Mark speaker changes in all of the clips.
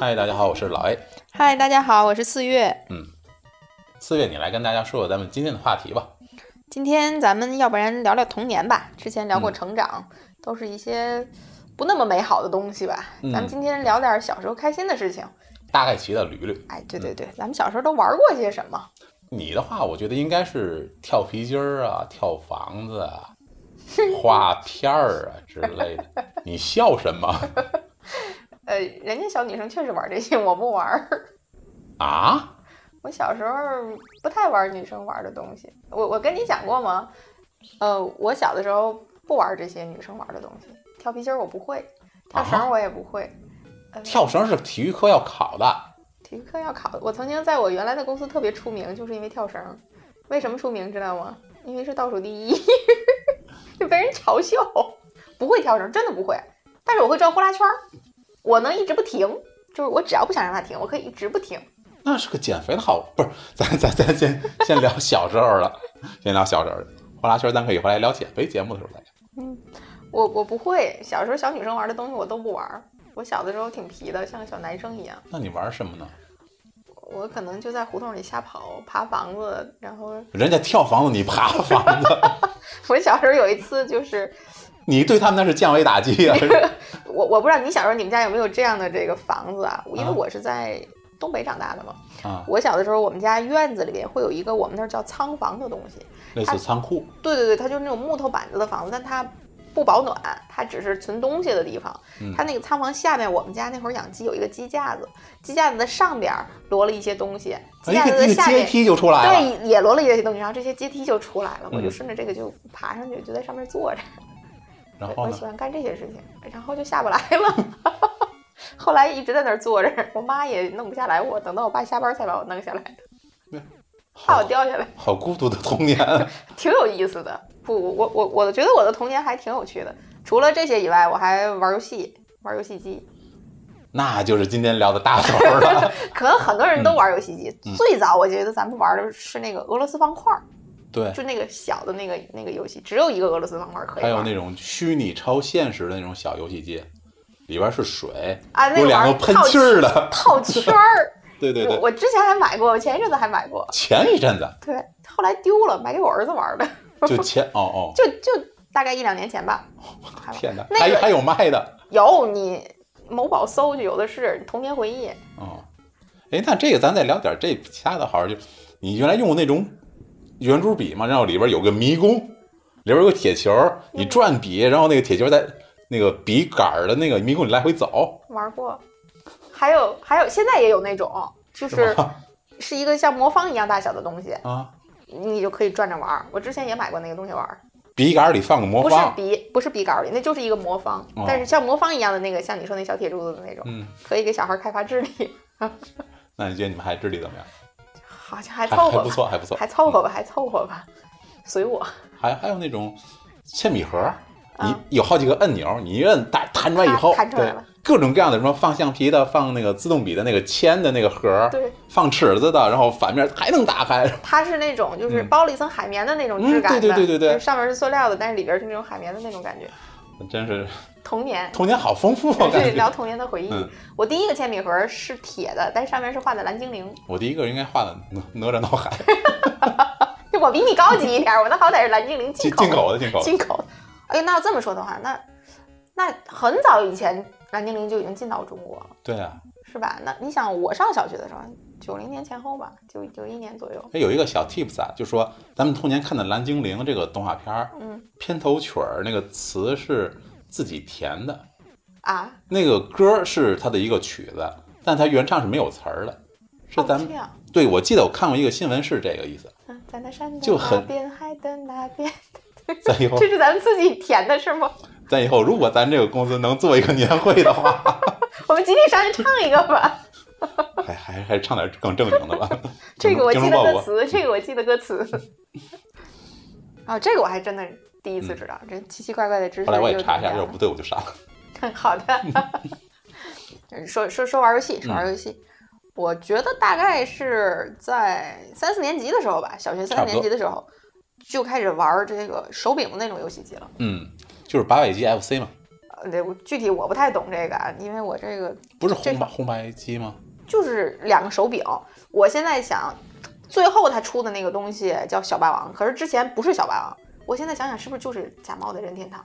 Speaker 1: 嗨，大家好，我是老 A。
Speaker 2: 嗨，大家好，我是四月。
Speaker 1: 四月，你来跟大家说说咱们今天的话题吧。
Speaker 2: 今天咱们要不然聊聊童年吧，之前聊过
Speaker 1: 嗯
Speaker 2: 成长，都是一些不那么美好的东西吧。
Speaker 1: 嗯
Speaker 2: 咱们今天聊点小时候开心的事情。
Speaker 1: 大概齐的捋捋。
Speaker 2: 哎，对对对，
Speaker 1: 嗯
Speaker 2: 咱们小时候都玩过些什么？
Speaker 1: 你的话，我觉得应该是跳皮筋儿啊、跳房子啊、画片儿啊之类的。你笑什么
Speaker 2: 呃，人家小女生确实玩这些， 我不玩儿。
Speaker 1: 啊？
Speaker 2: 我小时候不太玩女生玩的东西。我我跟你讲过吗？呃，我小的时候不玩这些女生玩的东西，跳皮筋儿我不会，跳绳
Speaker 1: 啊
Speaker 2: 儿我也不会。呃
Speaker 1: 跳绳是体育课要考的，
Speaker 2: 体育课要考，我曾经在我原来的公司特别出名，就是因为跳绳。为什么出名知道吗？因为是倒数第一， 就被人嘲笑。不会跳绳，真的不会，但是我会转呼啦圈儿，我能一直不停，就是我只要不想让它停，我可以一直不停。
Speaker 1: 那是个减肥的好。不是， 咱咱咱先先聊小时候了，先聊小时候了。呼啦圈，咱可以回来聊减肥节目的时候再聊。
Speaker 2: 我我不会，小时候小女生玩的东西我都不玩儿。我小的时候挺皮的，像个小男生一样。
Speaker 1: 那你玩什么呢？
Speaker 2: 我可能就在胡同里瞎跑，爬房子，然后
Speaker 1: 人家跳房子，你爬房子，
Speaker 2: 我小时候有一次就是
Speaker 1: 你对他们那是降维打击啊！
Speaker 2: 我我不知道你小时候你们家有没有这样的这个房子啊？因为
Speaker 1: 啊
Speaker 2: 我是在东北长大的嘛。
Speaker 1: 啊，
Speaker 2: 我小的时候，我们家院子里面会有一个我们那儿叫仓房的东西。
Speaker 1: 类似仓库。
Speaker 2: 对对对，它就是那种木头板子的房子，但它不保暖，它只是存东西的地方。
Speaker 1: 嗯
Speaker 2: 它那个仓房下面，我们家那会儿养鸡有一个鸡架子，鸡架子的上边儿摞了一些东西，鸡
Speaker 1: 一
Speaker 2: 架子
Speaker 1: 个哎
Speaker 2: 的
Speaker 1: 一个
Speaker 2: 下
Speaker 1: 阶
Speaker 2: 面。
Speaker 1: 梯就出来了。
Speaker 2: 对，也摞了一些东西，然后这些阶梯就出来了，我就
Speaker 1: 嗯
Speaker 2: 顺着这个就爬上去，就在上面坐着。
Speaker 1: 然后
Speaker 2: 我
Speaker 1: 呢
Speaker 2: 喜？欢干这些事情，然后就下不来了。 后来一直在那儿坐着，我妈也弄不下来我，等到我爸下班才把我弄下来的，怕
Speaker 1: 好
Speaker 2: 我掉下来，
Speaker 1: 好孤独的童年。
Speaker 2: 挺有意思的。不，我我我觉得我的童年还挺有趣的。除了这些以外，我还玩游戏，玩游戏机。
Speaker 1: 那就是今天聊的大头 了。
Speaker 2: 可能很多人都玩游戏机。
Speaker 1: 嗯
Speaker 2: 最早我觉得咱们玩的是那个俄罗斯方块儿，
Speaker 1: 对，
Speaker 2: 就那个小的那个那个游戏，只有一个俄罗斯方块儿可以
Speaker 1: 还
Speaker 2: 玩。
Speaker 1: 有那种虚拟超现实的那种小游戏机，里边是水，
Speaker 2: 啊，那
Speaker 1: 有
Speaker 2: 个
Speaker 1: 两
Speaker 2: 玩
Speaker 1: 个
Speaker 2: 意儿
Speaker 1: 喷
Speaker 2: 套
Speaker 1: 气儿的。
Speaker 2: 套圈儿。
Speaker 1: 对对
Speaker 2: 我
Speaker 1: 对，
Speaker 2: 我之前还买过，我前一阵子还买过。
Speaker 1: 前一阵子
Speaker 2: 对，后来丢了，买给我儿子玩儿的，
Speaker 1: 就前哦哦，
Speaker 2: 就就大概一两年 前吧。还玩
Speaker 1: 天哪，
Speaker 2: 那
Speaker 1: 还
Speaker 2: 个
Speaker 1: 还有卖的
Speaker 2: 有你某宝搜就有的是童年回忆，
Speaker 1: 哦。哎，那这个咱再聊点这其他的好，就你原来用过那种圆珠笔吗？然后里边有个迷宫，里边有个铁球，你
Speaker 2: 嗯
Speaker 1: 转笔，然后那个铁球在那个笔杆儿的那个迷宫里来回走。
Speaker 2: 玩过。还有还有，现在也有那种，就是
Speaker 1: 吧
Speaker 2: 是一个像魔方一样大小的东西，
Speaker 1: 啊，
Speaker 2: 你就可以转着玩儿。我之前也买过那个东西玩儿，
Speaker 1: 笔杆里放个魔
Speaker 2: 不是
Speaker 1: 方，
Speaker 2: 笔，不是笔杆儿里，那就是一个魔方，
Speaker 1: 哦
Speaker 2: 但是像魔方一样的那个，像你说那小铁珠子的那种，
Speaker 1: 嗯，
Speaker 2: 可以给小孩开发智力，
Speaker 1: 那你觉得你们孩子智力怎么样？
Speaker 2: 好像还
Speaker 1: 还还
Speaker 2: 凑合
Speaker 1: 不
Speaker 2: 吧，
Speaker 1: 错，还不错，
Speaker 2: 还凑合吧，还凑合吧，随我。
Speaker 1: 还还有那种铅笔盒儿，你
Speaker 2: 啊
Speaker 1: 有好几个按钮，你一摁弹弹出来以后，
Speaker 2: 弹弹出来
Speaker 1: 对
Speaker 2: 了
Speaker 1: 各种各样的什么放橡皮的、放那个自动笔的那个铅的那个盒儿，
Speaker 2: 对，
Speaker 1: 放尺子的，然后反面还能打开，
Speaker 2: 它是那种就是
Speaker 1: 嗯
Speaker 2: 包了一层海绵的那种质
Speaker 1: 嗯
Speaker 2: 感的，
Speaker 1: 对对对对对
Speaker 2: 就是上面是塑料的，但是里边是那种海绵的那种感觉。
Speaker 1: 真是
Speaker 2: 童年，
Speaker 1: 童年好丰富啊！
Speaker 2: 就
Speaker 1: 感
Speaker 2: 是聊
Speaker 1: 觉
Speaker 2: 童年的回忆。
Speaker 1: 嗯
Speaker 2: 我第一个铅笔盒是铁的，但上面是画的蓝精灵。
Speaker 1: 我第一个应该画的哪哪吒闹海，
Speaker 2: 就我比你高级一点，我那好歹是蓝精灵
Speaker 1: 进
Speaker 2: 进口
Speaker 1: 进
Speaker 2: 的
Speaker 1: 口的进口的，
Speaker 2: 进口的。哎，那要这么说的话，那那很早以前蓝精灵就已经进到中国了，
Speaker 1: 对啊，
Speaker 2: 是吧？那你想，我上小学的时候，九零年前后吧，九九一年左右。
Speaker 1: 哎，有一个小 tips 啊，就说咱们童年看的《蓝精灵》这个动画片儿，
Speaker 2: 嗯
Speaker 1: 片头曲儿那个词是自己填的，
Speaker 2: 啊，
Speaker 1: 那个歌儿是它的一个曲子，但它原唱是没有词儿的，是
Speaker 2: 哦
Speaker 1: 咱们、
Speaker 2: 这样，
Speaker 1: 对我记得我看过一个新闻是这个意 思，
Speaker 2: 嗯，在那山的
Speaker 1: 就
Speaker 2: 那
Speaker 1: 很
Speaker 2: 边，海的那边，
Speaker 1: 咱以后
Speaker 2: 这是咱们自己填的是吗？
Speaker 1: 咱以后如果咱这个公司能做一个年会的话，
Speaker 2: 我们集体上去唱一个吧。
Speaker 1: 还还还唱点更正经 的吧，
Speaker 2: 这个我记
Speaker 1: 精
Speaker 2: 得
Speaker 1: 忠报
Speaker 2: 歌
Speaker 1: 国。
Speaker 2: 词，这个我记得歌词。 啊、这个我还真的第一次知道，这奇奇怪怪的知识。
Speaker 1: 嗯后来我也查一下，要是不对我就删了。
Speaker 2: 好的。说说说玩游戏，说玩
Speaker 1: 嗯
Speaker 2: 游戏，我觉得大概是在三四年级的时候吧，小学三
Speaker 1: 差
Speaker 2: 四
Speaker 1: 不多
Speaker 2: 年级的时候就开始玩这个手柄的那种游戏机了。
Speaker 1: 嗯，就是八百级 FC 嘛，
Speaker 2: 对，我具体我不太懂这个啊，因为我这个
Speaker 1: 不是烘白烘白机吗？
Speaker 2: 就是两个手柄。我现在想，最后他出的那个东西叫小霸王，可是之前不是小霸王。我现在想想，是不是就是假冒的任天堂？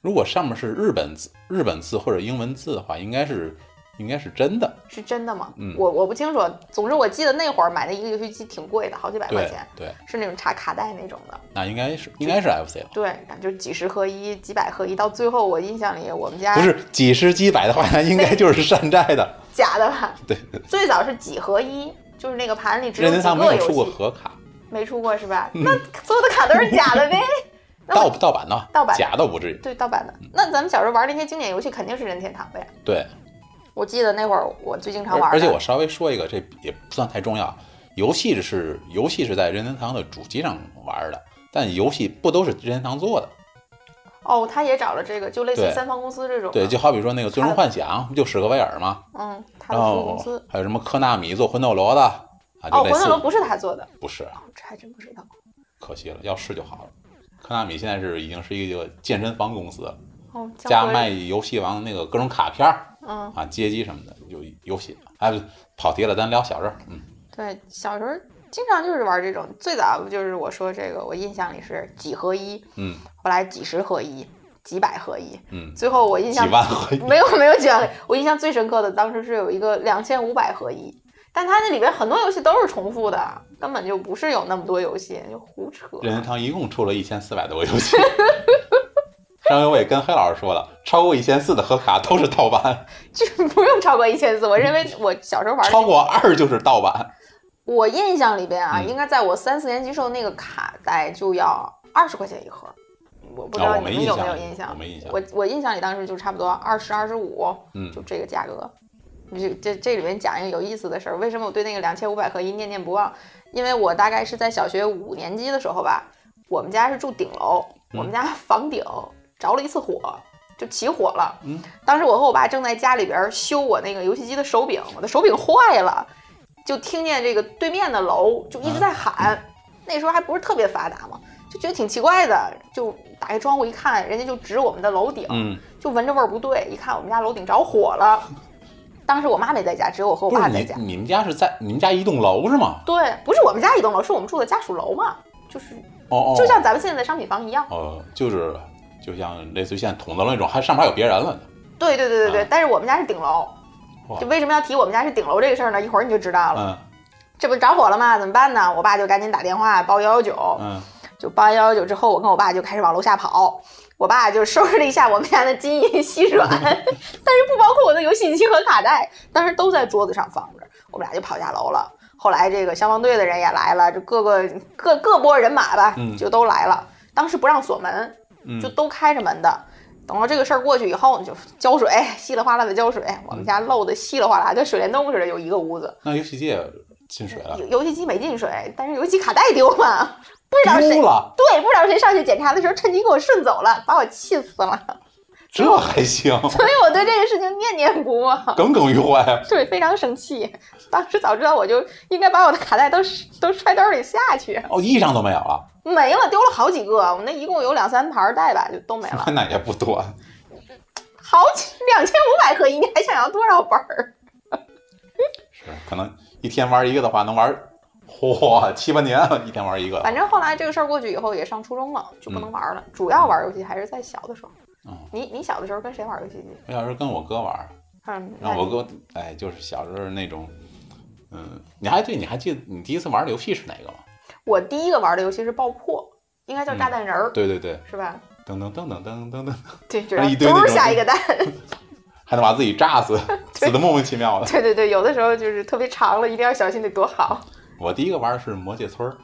Speaker 1: 如果上面是日本字、日本字或者英文字的话，应该是应该是真的。
Speaker 2: 是真的吗？
Speaker 1: 嗯
Speaker 2: 我我不清楚。总之我记得那会儿买的一个游戏机挺贵的，好几百块
Speaker 1: 对
Speaker 2: 钱，
Speaker 1: 对，
Speaker 2: 是那种插卡带那种的。
Speaker 1: 那应该是应该是 FC 吧？
Speaker 2: 对，感觉几十合一、几百合一，到最后我印象里我们家
Speaker 1: 不是几十几百的话，那应该就是山寨的。
Speaker 2: 假的吧？
Speaker 1: 对，
Speaker 2: 最早是几合一，就是那个盘里只有
Speaker 1: 任天
Speaker 2: 几
Speaker 1: 堂没
Speaker 2: 个
Speaker 1: 有
Speaker 2: 游
Speaker 1: 出过
Speaker 2: 戏，
Speaker 1: 盒卡，
Speaker 2: 没出过是 吧？那所有的卡都是假的呗。那
Speaker 1: 盗
Speaker 2: 我
Speaker 1: 盗版的，
Speaker 2: 盗版的
Speaker 1: 假倒不至于。
Speaker 2: 对盗版的。
Speaker 1: 嗯
Speaker 2: 那咱们小时候玩那些经典游戏，肯定是任天堂呗。
Speaker 1: 对，
Speaker 2: 我记得那会儿我最经常
Speaker 1: 而
Speaker 2: 玩的，
Speaker 1: 而且我稍微说一个，这也不算太重要。游戏是游戏是在任天堂的主机上玩的，但游戏不都是任天堂做的？
Speaker 2: 哦，他也找了这个，就类似于
Speaker 1: 对
Speaker 2: 三方公司这种的。
Speaker 1: 对，就好比说那个《最终幻想》，不就史克威尔吗？
Speaker 2: 嗯，他
Speaker 1: 然
Speaker 2: 的子
Speaker 1: 后
Speaker 2: 公司。
Speaker 1: 还有什么科纳米做魂斗罗的啊？
Speaker 2: 哦，
Speaker 1: 就哦类
Speaker 2: 魂斗
Speaker 1: 似
Speaker 2: 罗不是他做的，
Speaker 1: 不是，啊
Speaker 2: 哦这还真不知道。
Speaker 1: 可惜了，要是就好了。科纳米现在是已经是一个健身房公司，
Speaker 2: 哦，
Speaker 1: 加
Speaker 2: 江河
Speaker 1: 卖游戏王那个各种卡片儿
Speaker 2: 嗯，
Speaker 1: 啊、街机什么的，有游戏。哎，不跑题了，咱聊小事儿。嗯，
Speaker 2: 对，小时候经常就是玩这种。最早不就是我说这个，我印象里是几合一，
Speaker 1: 嗯
Speaker 2: 后来几十合一，几百合一，
Speaker 1: 嗯，
Speaker 2: 最后我印
Speaker 1: 几
Speaker 2: 象
Speaker 1: 万合一，
Speaker 2: 没有没有几万合一，我印象最深刻的当时是有一个两千五百合一，但它那里边很多游戏都是重复的，根本就不是有那么多游戏，就胡扯。
Speaker 1: 任天堂一共出了一千四百多个游戏。 上回我也跟黑老师说了，超过一千四的盒卡都是盗版，
Speaker 2: 就是不用超过一千四，我认为我小时候玩的
Speaker 1: 超过二就是盗
Speaker 2: 啊
Speaker 1: 版。
Speaker 2: 我印象里边啊，
Speaker 1: 嗯
Speaker 2: 应该在我三四年级时候，那个卡带就要二十块钱一盒，我不知
Speaker 1: 啊
Speaker 2: 道
Speaker 1: 我
Speaker 2: 你
Speaker 1: 没
Speaker 2: 们
Speaker 1: 印
Speaker 2: 有
Speaker 1: 象
Speaker 2: 没有
Speaker 1: 了
Speaker 2: 印象？
Speaker 1: 我没印象
Speaker 2: 我我印象里当时就差不多二十二十五，
Speaker 1: 嗯
Speaker 2: 就这个价格。这这这里面讲一个有意思的事儿，为什么我对那个两千五百合一念念不忘？因为我大概是在小学五年级的时候吧，我们家是住顶楼，
Speaker 1: 嗯
Speaker 2: 我们家房顶着了一次火，就起火了。
Speaker 1: 嗯，
Speaker 2: 当时我和我爸正在家里边儿修我那个游戏机的手柄，我的手柄坏了，就听见这个对面的楼就一直在
Speaker 1: 嗯
Speaker 2: 喊。嗯那时候还不是特别发达嘛，就觉得挺奇怪的，就打开窗户一看，人家就指我们的楼顶，
Speaker 1: 嗯，
Speaker 2: 就闻着味儿不对，一看我们家楼顶着火了。当时我妈没在家，只有我和我
Speaker 1: 不
Speaker 2: 爸
Speaker 1: 是
Speaker 2: 在
Speaker 1: 你
Speaker 2: 家。
Speaker 1: 你们家是在你们家一栋楼是吗？
Speaker 2: 对，不是我们家一栋楼，是我们住的家属楼嘛，就是
Speaker 1: 哦哦，
Speaker 2: 就像咱们现在的商品房一样。
Speaker 1: 哦，就是就像类似于现在捅的那种，还上面还有别人了呢。
Speaker 2: 对对对对对，
Speaker 1: 啊
Speaker 2: 但是我们家是顶楼
Speaker 1: 哇。
Speaker 2: 就为什么要提我们家是顶楼这个事儿呢？一会儿你就知道了。
Speaker 1: 嗯
Speaker 2: 这不着火了吗？怎么办呢？我爸就赶紧打电话报幺幺九，
Speaker 1: 嗯，
Speaker 2: 就报幺幺九之后，我跟我爸就开始往楼下跑。我爸就收拾了一下我们家的金银细软， 但是不包括我的游戏机和卡带，当时都在桌子上放着。我们俩就跑下楼了。后来这个消防队的人也来了，就各个各各拨人马吧
Speaker 1: 嗯，
Speaker 2: 就都来了。当时不让锁门，
Speaker 1: 嗯
Speaker 2: 就都开着门的。等到这个事儿过去以后，你就浇水，稀里哗啦的浇水。
Speaker 1: 嗯
Speaker 2: 我们家漏的稀里哗啦，跟水帘洞似的，有一个屋子。
Speaker 1: 那游戏机也进水了，
Speaker 2: 游游戏机没进水，但是游戏机卡带丢了，不知道谁
Speaker 1: 丢了，
Speaker 2: 对，不知道谁上去检查的时候，趁机给我顺走了，把我气 死了。
Speaker 1: 这还行，
Speaker 2: 所以我对这个事情念念不忘，
Speaker 1: 耿耿于怀。
Speaker 2: 对，非常生气。当时早知道我就应该把我的卡带都都揣兜里下去，
Speaker 1: 哦，一张都没有了，
Speaker 2: 没了，丢了好几个，我那一共有两三盘带吧，就都没 了，
Speaker 1: 那也不多。
Speaker 2: 好几两千五百合一，你还想要多少本儿？
Speaker 1: 是，可能一天玩一个的话，能玩嚯七八年了，一天玩一个。
Speaker 2: 反正后来这个事儿过去以后，也上初中了，就不能玩了。主要玩游戏还是在小的时候。
Speaker 1: 嗯
Speaker 2: 你你小的时候跟谁玩游戏机？
Speaker 1: 我小时候跟我哥玩，
Speaker 2: 嗯，
Speaker 1: 然后我
Speaker 2: 那你
Speaker 1: 哥哎，就是小时候那种，嗯，你还对，你还记得你第一次玩的游戏是哪个吗？
Speaker 2: 我第一个玩的游戏是爆破，应该叫炸弹人儿，
Speaker 1: 嗯对对对，
Speaker 2: 是吧？
Speaker 1: 噔噔噔噔噔噔噔，
Speaker 2: 对，只
Speaker 1: 啊
Speaker 2: 要
Speaker 1: 一堆那
Speaker 2: 嘟
Speaker 1: 种
Speaker 2: 下一个蛋。
Speaker 1: 还能把自己炸 死，死的莫名其妙的。
Speaker 2: 对对对，有的时候就是特别长了，一定要小心得 躲好。
Speaker 1: 我第一个玩的是《魔界村》，儿，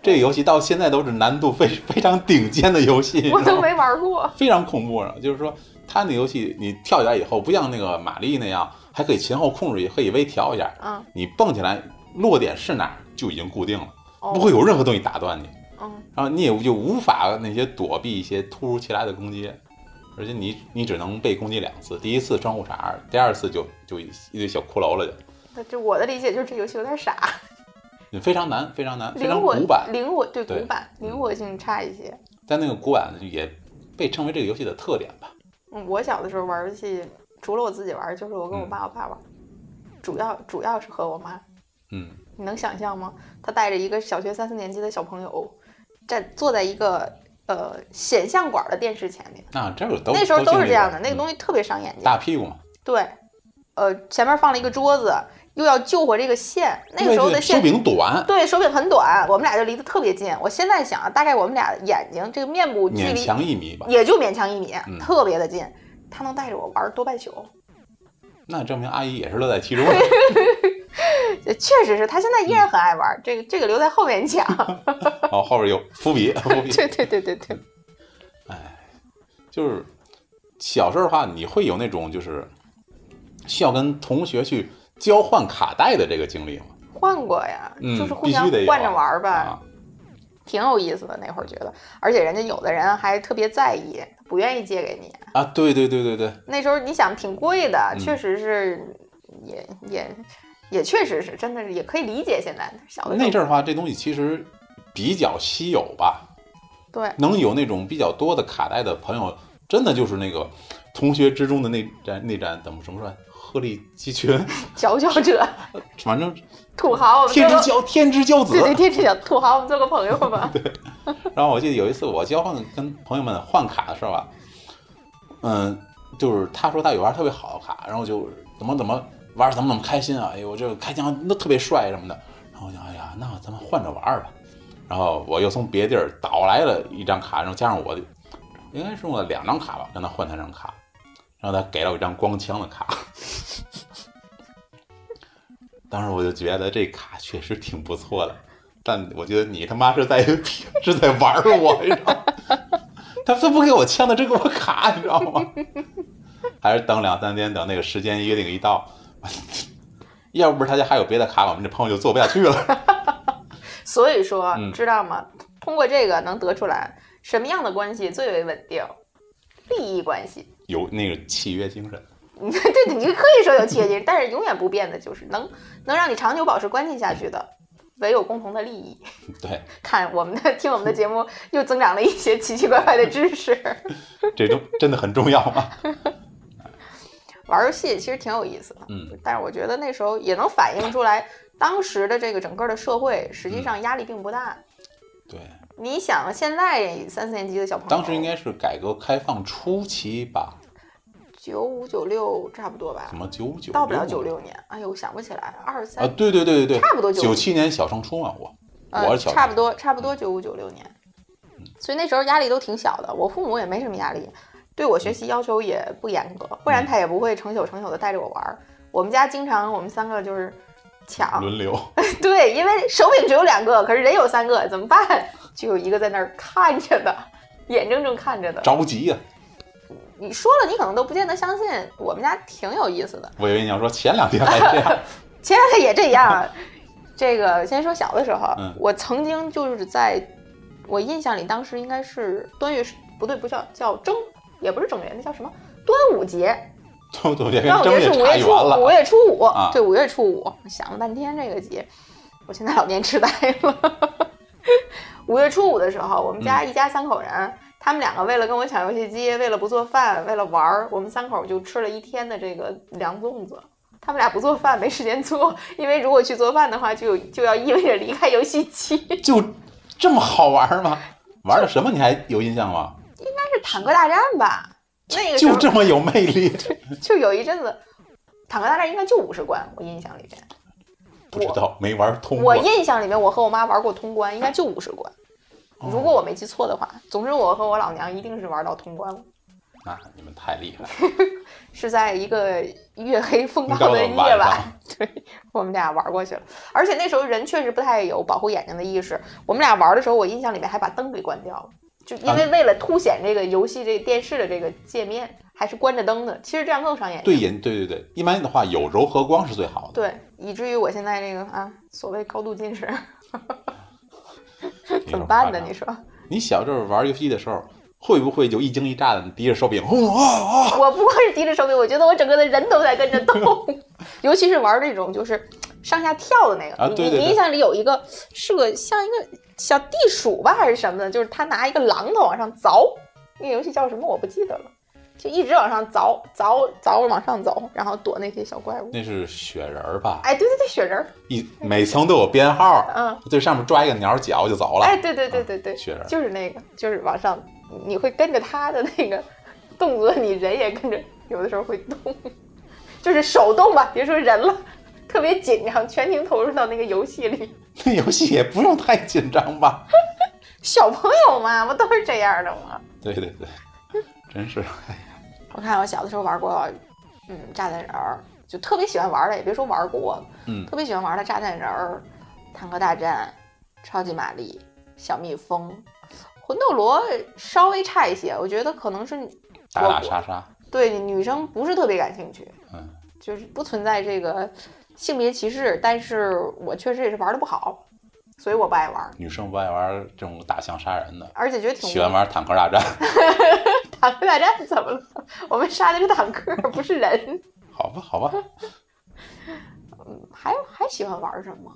Speaker 1: 这个游戏到现在都是难度非非常顶尖的游戏，你知道
Speaker 2: 我
Speaker 1: 吗
Speaker 2: 都没玩过。
Speaker 1: 非常恐怖呢。就是说，它那游戏你跳起来以后，不像那个玛丽那样，还可以前后控制，也可以微调一下。
Speaker 2: 嗯，
Speaker 1: 你蹦起来落点是哪儿就已经固定了，
Speaker 2: 哦
Speaker 1: 不会有任何东西打断你，
Speaker 2: 嗯，
Speaker 1: 然后你也就无法那些躲避一些突如其来的攻击，而且你你只能被攻击两次，第一次穿裤衩儿，第二次就就一堆小骷髅了就，
Speaker 2: 那就我的理解就是这游戏有点傻，
Speaker 1: 就非常难，非常难，非
Speaker 2: 灵
Speaker 1: 常
Speaker 2: 活
Speaker 1: 古板，
Speaker 2: 灵活对
Speaker 1: 对嗯
Speaker 2: 古板灵活性差一些。
Speaker 1: 但那个古板也被称为这个游戏的特点吧。
Speaker 2: 嗯，我小的时候玩游戏，除了我自己玩，就是我跟我爸我爸玩，主要主要是和我妈。
Speaker 1: 嗯，
Speaker 2: 你能想象吗？他带着一个小学三四年级的小朋友，站坐在一个呃显像管的电视前面，
Speaker 1: 那这个都
Speaker 2: 那时候
Speaker 1: 哦都
Speaker 2: 都是这样的，那
Speaker 1: 经历
Speaker 2: 个
Speaker 1: 过嗯
Speaker 2: 东西特别伤眼睛。
Speaker 1: 大屁股嘛，
Speaker 2: 对，呃，前面放了一个桌子，又要救活这个线，那个时候
Speaker 1: 因为
Speaker 2: 的
Speaker 1: 这手
Speaker 2: 线。
Speaker 1: 柄短，
Speaker 2: 对手柄很短，我们俩就离得特别近。我现在想啊，大概我们俩眼睛这个面部距
Speaker 1: 勉
Speaker 2: 离
Speaker 1: 强一米吧，
Speaker 2: 也就勉强一米，
Speaker 1: 嗯
Speaker 2: 特别的近。他能带着我玩多半宿，
Speaker 1: 那证明阿姨也是乐在其中。
Speaker 2: 这呃确实是他现在依然很爱玩。这个这个留在后面 讲。
Speaker 1: 好，后边有伏笔，伏笔。
Speaker 2: 对对对对对，
Speaker 1: 就是小时候的话，你会有那种就是需要跟同学去交换卡带的这个经历吗？
Speaker 2: 换过呀，
Speaker 1: 嗯
Speaker 2: 就是互
Speaker 1: 必须
Speaker 2: 相
Speaker 1: 得有
Speaker 2: 换着玩吧。
Speaker 1: 啊，
Speaker 2: 挺有意思的。那会儿觉得，而且人家有的人还特别在意，不愿意借给你。
Speaker 1: 啊，对对对对对，
Speaker 2: 那时候你想挺贵的，
Speaker 1: 嗯
Speaker 2: 确实是，也也也确实是，真的是也可以理解。现在小的时
Speaker 1: 那
Speaker 2: 候，
Speaker 1: 阵儿的话，这东西其实比较稀有吧，
Speaker 2: 对
Speaker 1: 能有那种比较多的卡带的朋友，真的就是那个同学之中的那盏那盏怎么怎么说，鹤立鸡群，
Speaker 2: 佼佼者、
Speaker 1: 反正
Speaker 2: 土豪，我们做
Speaker 1: 天之
Speaker 2: 个
Speaker 1: 骄天之骄子
Speaker 2: 对。对天之骄土豪，我们做个朋 友吧。
Speaker 1: 然后我记得有一次我交换跟朋友们换卡的时候啊，嗯，就是他说他有玩特别好的卡，然后就怎么怎么玩怎么怎么开心啊，哎呦这个开枪那特别帅什么的。然后我想，哎呀，那咱们换着玩儿吧。然后我又从别地儿倒来了一张卡，然后加上我的应该是用了两张卡吧，跟他换他张卡，然后他给了我一张光枪的卡。当时我就觉得这卡确实挺不错的，但我觉得你他妈是在 是在玩儿我，你知道吗？ 他非不给我枪的，这给我卡，你知道吗？ 还是等两三天，等那个时间约定一到， 要不是他家还有别的卡，我们这朋友就做不下去了。
Speaker 2: 所以说
Speaker 1: 嗯，
Speaker 2: 知道吗？通过这个能得出来什么样的关系最为稳定？利益关系。
Speaker 1: 有那个契约精神，
Speaker 2: 你对对，你可以说有契约精神，但是永远不变的就是能能让你长久保持关系下去的，唯有共同的利益。
Speaker 1: 对，
Speaker 2: 看我们的听我们的节目，又增长了一些奇奇怪怪的知识。
Speaker 1: 这都真的很重要啊吗？
Speaker 2: 玩游戏其实挺有意思的，
Speaker 1: 嗯，
Speaker 2: 但是我觉得那时候也能反映出来当时的这个整个的社会，
Speaker 1: 嗯
Speaker 2: 实际上压力并不大。
Speaker 1: 对，
Speaker 2: 你想，现在三四年级的小朋友，
Speaker 1: 当时应该是改革开放初期吧，
Speaker 2: 九五九六差不多吧
Speaker 1: 什，么九九
Speaker 2: 到不了九六年。哎呦，我想不起来，二
Speaker 1: 啊，
Speaker 2: 三
Speaker 1: 对对对对对，
Speaker 2: 差不多
Speaker 1: 九
Speaker 2: 95
Speaker 1: 七年小升初嘛，我
Speaker 2: 呃
Speaker 1: 我是小嗯升初
Speaker 2: 差不多差不多九五九六年，所以那时候压力都挺小的。我父母也没什么压力，对我
Speaker 1: 嗯
Speaker 2: 学习要求也不严格，不然他也不会成宿成宿的带着我玩儿。我们家经常我们三个就是抢，
Speaker 1: 轮流，
Speaker 2: 对，因为手柄只有两个，可是人有三个，怎么办？就有一个在那儿看着的，眼睁睁看着的。
Speaker 1: 着急呀、
Speaker 2: 你说了，你可能都不见得相信。我们家挺有意思的，
Speaker 1: 我以为你要说前两天还这样，
Speaker 2: 前两天也这样。啊这个先说小的时候，
Speaker 1: 嗯
Speaker 2: 我曾经就是在我印象里，当时应该是端月不对，不叫叫正，也不是正月，那叫什么？端午节，
Speaker 1: 周总监跟
Speaker 2: 端午
Speaker 1: 正
Speaker 2: 节是
Speaker 1: 月
Speaker 2: 五
Speaker 1: 差
Speaker 2: 月
Speaker 1: 远
Speaker 2: 初
Speaker 1: 了
Speaker 2: 五，月初五，
Speaker 1: 啊
Speaker 2: 对，五月初五。想了半天这个节，我现在老年痴呆了。五月初五的时候，我们
Speaker 1: 嗯
Speaker 2: 家一家三口人，他们两个为了跟我抢游戏机，为了不做饭，为了玩儿，我们三口就吃了一天的这个凉粽子。他们俩不做饭，没时间做，因为如果去做饭的话，就就要意味着离开游戏机。
Speaker 1: 就这么好玩吗？玩了什么你还有印象吗？
Speaker 2: 但是坦克大战吧，那个时
Speaker 1: 就
Speaker 2: 候
Speaker 1: 这么有魅 力，
Speaker 2: 就有一阵子，坦克大战应该就五十关，我印象里边。
Speaker 1: 不知道没玩通过
Speaker 2: 我。印象里面，我和我妈玩过通关，应该就五十关，
Speaker 1: 哦
Speaker 2: 如果我没记错的话。总之，我和我老娘一定是玩到通关了，
Speaker 1: 那你们太厉 害了，
Speaker 2: 是在一个月黑风
Speaker 1: 高
Speaker 2: 高
Speaker 1: 的
Speaker 2: 的
Speaker 1: 晚
Speaker 2: 夜晚
Speaker 1: 上，
Speaker 2: 对 我们俩玩过去了。而且那时候人确实不太有保护眼睛的意识。我们俩玩的时候，我印象里面还把灯给关掉了，就因为为了凸显这个游戏这电视的这个界面，还是关着灯的。其实这样更伤眼睛。
Speaker 1: 对眼对对对，一般的话有柔和光是最好的。
Speaker 2: 对，以至于我现在这个啊，所谓高度近视，
Speaker 1: 对
Speaker 2: 怎么办呢？你说？
Speaker 1: 你小时候玩游戏的时候，会不会就一惊一乍的提着手柄，轰啊啊，
Speaker 2: 我不光是提着手柄，我觉得我整个的人都在跟着 动，尤其是玩这种就是上下跳的那个。
Speaker 1: 啊
Speaker 2: 你
Speaker 1: 对对
Speaker 2: 你
Speaker 1: 对
Speaker 2: 印象里有一个是个像一个小地鼠吧还是什么的，就是他拿一个榔头往上凿，那个游戏叫什么我不记得了。就一直往上凿凿凿往上走，然后躲那些小怪物。
Speaker 1: 那是雪人儿吧？
Speaker 2: 哎，对对对，雪人儿，
Speaker 1: 一每层都有编号，
Speaker 2: 嗯，
Speaker 1: 最上面抓一个鸟脚就走了。啊
Speaker 2: 哎，对对对对对，
Speaker 1: 雪人儿
Speaker 2: 就是那个，就是往上，你会跟着他的那个动作，你人也跟着，有的时候会动， 就是手动吧，别说人了，特别紧张，全情投入到那个游戏里。
Speaker 1: 那 游戏也不用太紧张吧？
Speaker 2: 小朋友嘛，不都是这样的吗？
Speaker 1: 对对对，真是
Speaker 2: 我看我小的时候玩过，嗯，炸弹人儿，就特别喜欢玩的，也别说玩过，
Speaker 1: 嗯
Speaker 2: 特别喜欢玩的炸弹人儿、坦克大战、超级玛丽、小蜜蜂、魂斗罗稍微差一些，我觉得可能是
Speaker 1: 打打杀杀。
Speaker 2: 对女生不是特别感兴趣，
Speaker 1: 嗯，
Speaker 2: 就是不存在这个性别歧视，但是我确实也是玩的不好，所以我不爱玩，
Speaker 1: 女生不爱玩这种打枪杀人的，
Speaker 2: 而且觉得挺无
Speaker 1: 喜欢玩坦克大战。
Speaker 2: 坦 克大战怎么了？我们杀的是坦克， 不是人。
Speaker 1: 好吧，好吧，
Speaker 2: 还还喜欢玩什么？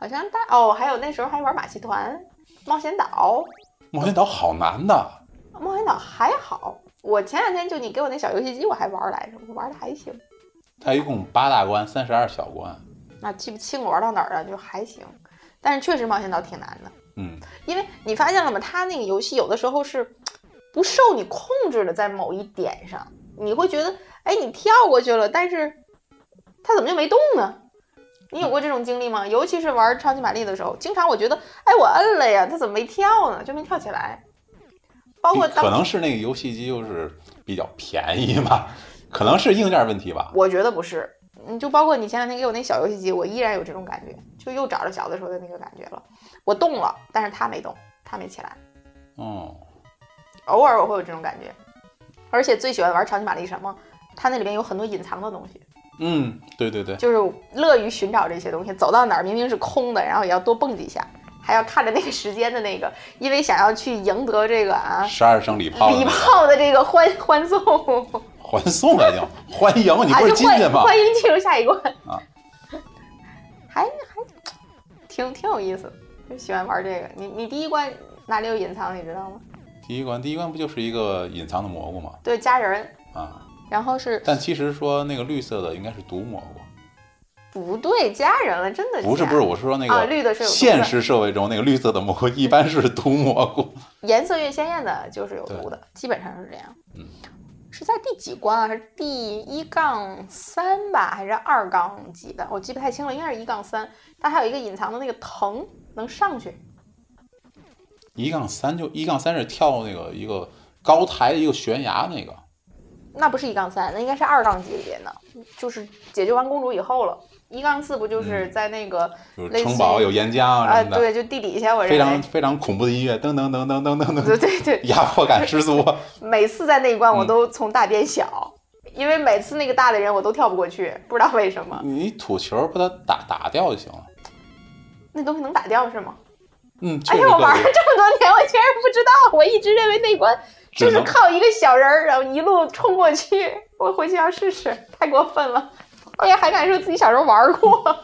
Speaker 2: 好像大哦，还有那时候还玩马戏团、冒险岛。
Speaker 1: 冒险岛好难的。
Speaker 2: 冒险岛还好，我前两天就你给我那小游戏机，我还玩来着，我玩的还行。
Speaker 1: 它一共八大关，三十二小关。
Speaker 2: 啊，记不清我玩到哪儿了，就还行。但是确实冒险岛挺难的，
Speaker 1: 嗯，
Speaker 2: 因为你发现了吗？它那个游戏有的时候是不受你控制的，在某一点上，你会觉得，哎，你跳过去了，但是它怎么就没动呢？你有过这种经历吗？尤其是玩超级玛丽的时候，经常我觉得，哎，我摁了呀，它怎么没跳呢？就没跳起来。包括
Speaker 1: 可
Speaker 2: 哦当，
Speaker 1: 能是那个游戏机就是比较便宜吧，可能是硬件问题吧。
Speaker 2: 我觉得不是，你就包括你前两天给我那小游戏机，我依然有这种感觉，就又找着小的时候的那个感觉了。我动了，但是它没动，它没起来。
Speaker 1: 嗯，
Speaker 2: 偶尔我会有这种感觉，而且最喜欢玩超级玛丽什么？它那里面有很多隐藏的东西，
Speaker 1: 嗯，对对对，
Speaker 2: 就是乐于寻找这些东西。走到哪儿明明是空的，然后也要多蹦几下，还要看着那个时间的那个，因为想要去赢得这个啊
Speaker 1: 十二声礼炮的那
Speaker 2: 礼
Speaker 1: 个
Speaker 2: 炮的这个欢欢送，
Speaker 1: 欢送了就，欢迎你
Speaker 2: 啊，
Speaker 1: 不是
Speaker 2: 就
Speaker 1: 进去
Speaker 2: 欢
Speaker 1: 吗？
Speaker 2: 欢迎进入下一关
Speaker 1: 啊，
Speaker 2: 还还挺挺有意思的，就喜欢玩这个。你你第一关哪里有隐藏，你知道吗？
Speaker 1: 第一关，第一关不就是一个隐藏的蘑菇吗？
Speaker 2: 对，家人，
Speaker 1: 啊，
Speaker 2: 然后是
Speaker 1: 但其实说那个绿色的应该是毒蘑菇，
Speaker 2: 不对家人了，真的
Speaker 1: 不是
Speaker 2: 假
Speaker 1: 不是，我是说那
Speaker 2: 呃啊，
Speaker 1: 个
Speaker 2: 绿的是有毒的
Speaker 1: 现实社会中那个绿色的蘑菇一般是毒蘑菇。
Speaker 2: 颜色越鲜艳的就是有毒的，基本上是这样。
Speaker 1: 嗯，
Speaker 2: 是在第几关啊？还是第一杠三吧，还是二杠几的？我记不太清了，应该是一杠三。它还有一个隐藏的那个藤能上去，
Speaker 1: 一杠三就一杠三是跳那个一个高台的一个悬崖那个，
Speaker 2: 那不是一杠三，那应该是二杠几里边的，就是解救完公主以后了。一杠四不就是在那个、
Speaker 1: 就是
Speaker 2: 类似于
Speaker 1: 城堡有岩浆
Speaker 2: 啊、
Speaker 1: 啊什么嗯的，
Speaker 2: 对，就地底下，我
Speaker 1: 非
Speaker 2: 认
Speaker 1: 常
Speaker 2: 为。
Speaker 1: 非常恐怖的音乐，噔噔噔噔噔噔 噔，
Speaker 2: 对对对，
Speaker 1: 压迫感十足。啊
Speaker 2: 每次在那一关我
Speaker 1: 嗯
Speaker 2: 都从大变小，因为每次那个大的人我都跳不过去，不知道为什么。
Speaker 1: 你吐球把它打打掉就行了。
Speaker 2: 那东西能打掉是吗？
Speaker 1: 嗯，
Speaker 2: 而
Speaker 1: 确
Speaker 2: 且
Speaker 1: 实
Speaker 2: 我
Speaker 1: 可
Speaker 2: 哎玩
Speaker 1: 以，
Speaker 2: 了这么多年，我竟然不知道，我一直认为那关就
Speaker 1: 只
Speaker 2: 是
Speaker 1: 能
Speaker 2: 靠一个小人儿，然后一路冲过去。我回去要试试，太过分了！而且还敢说自己小时候玩
Speaker 1: 嗯
Speaker 2: 过。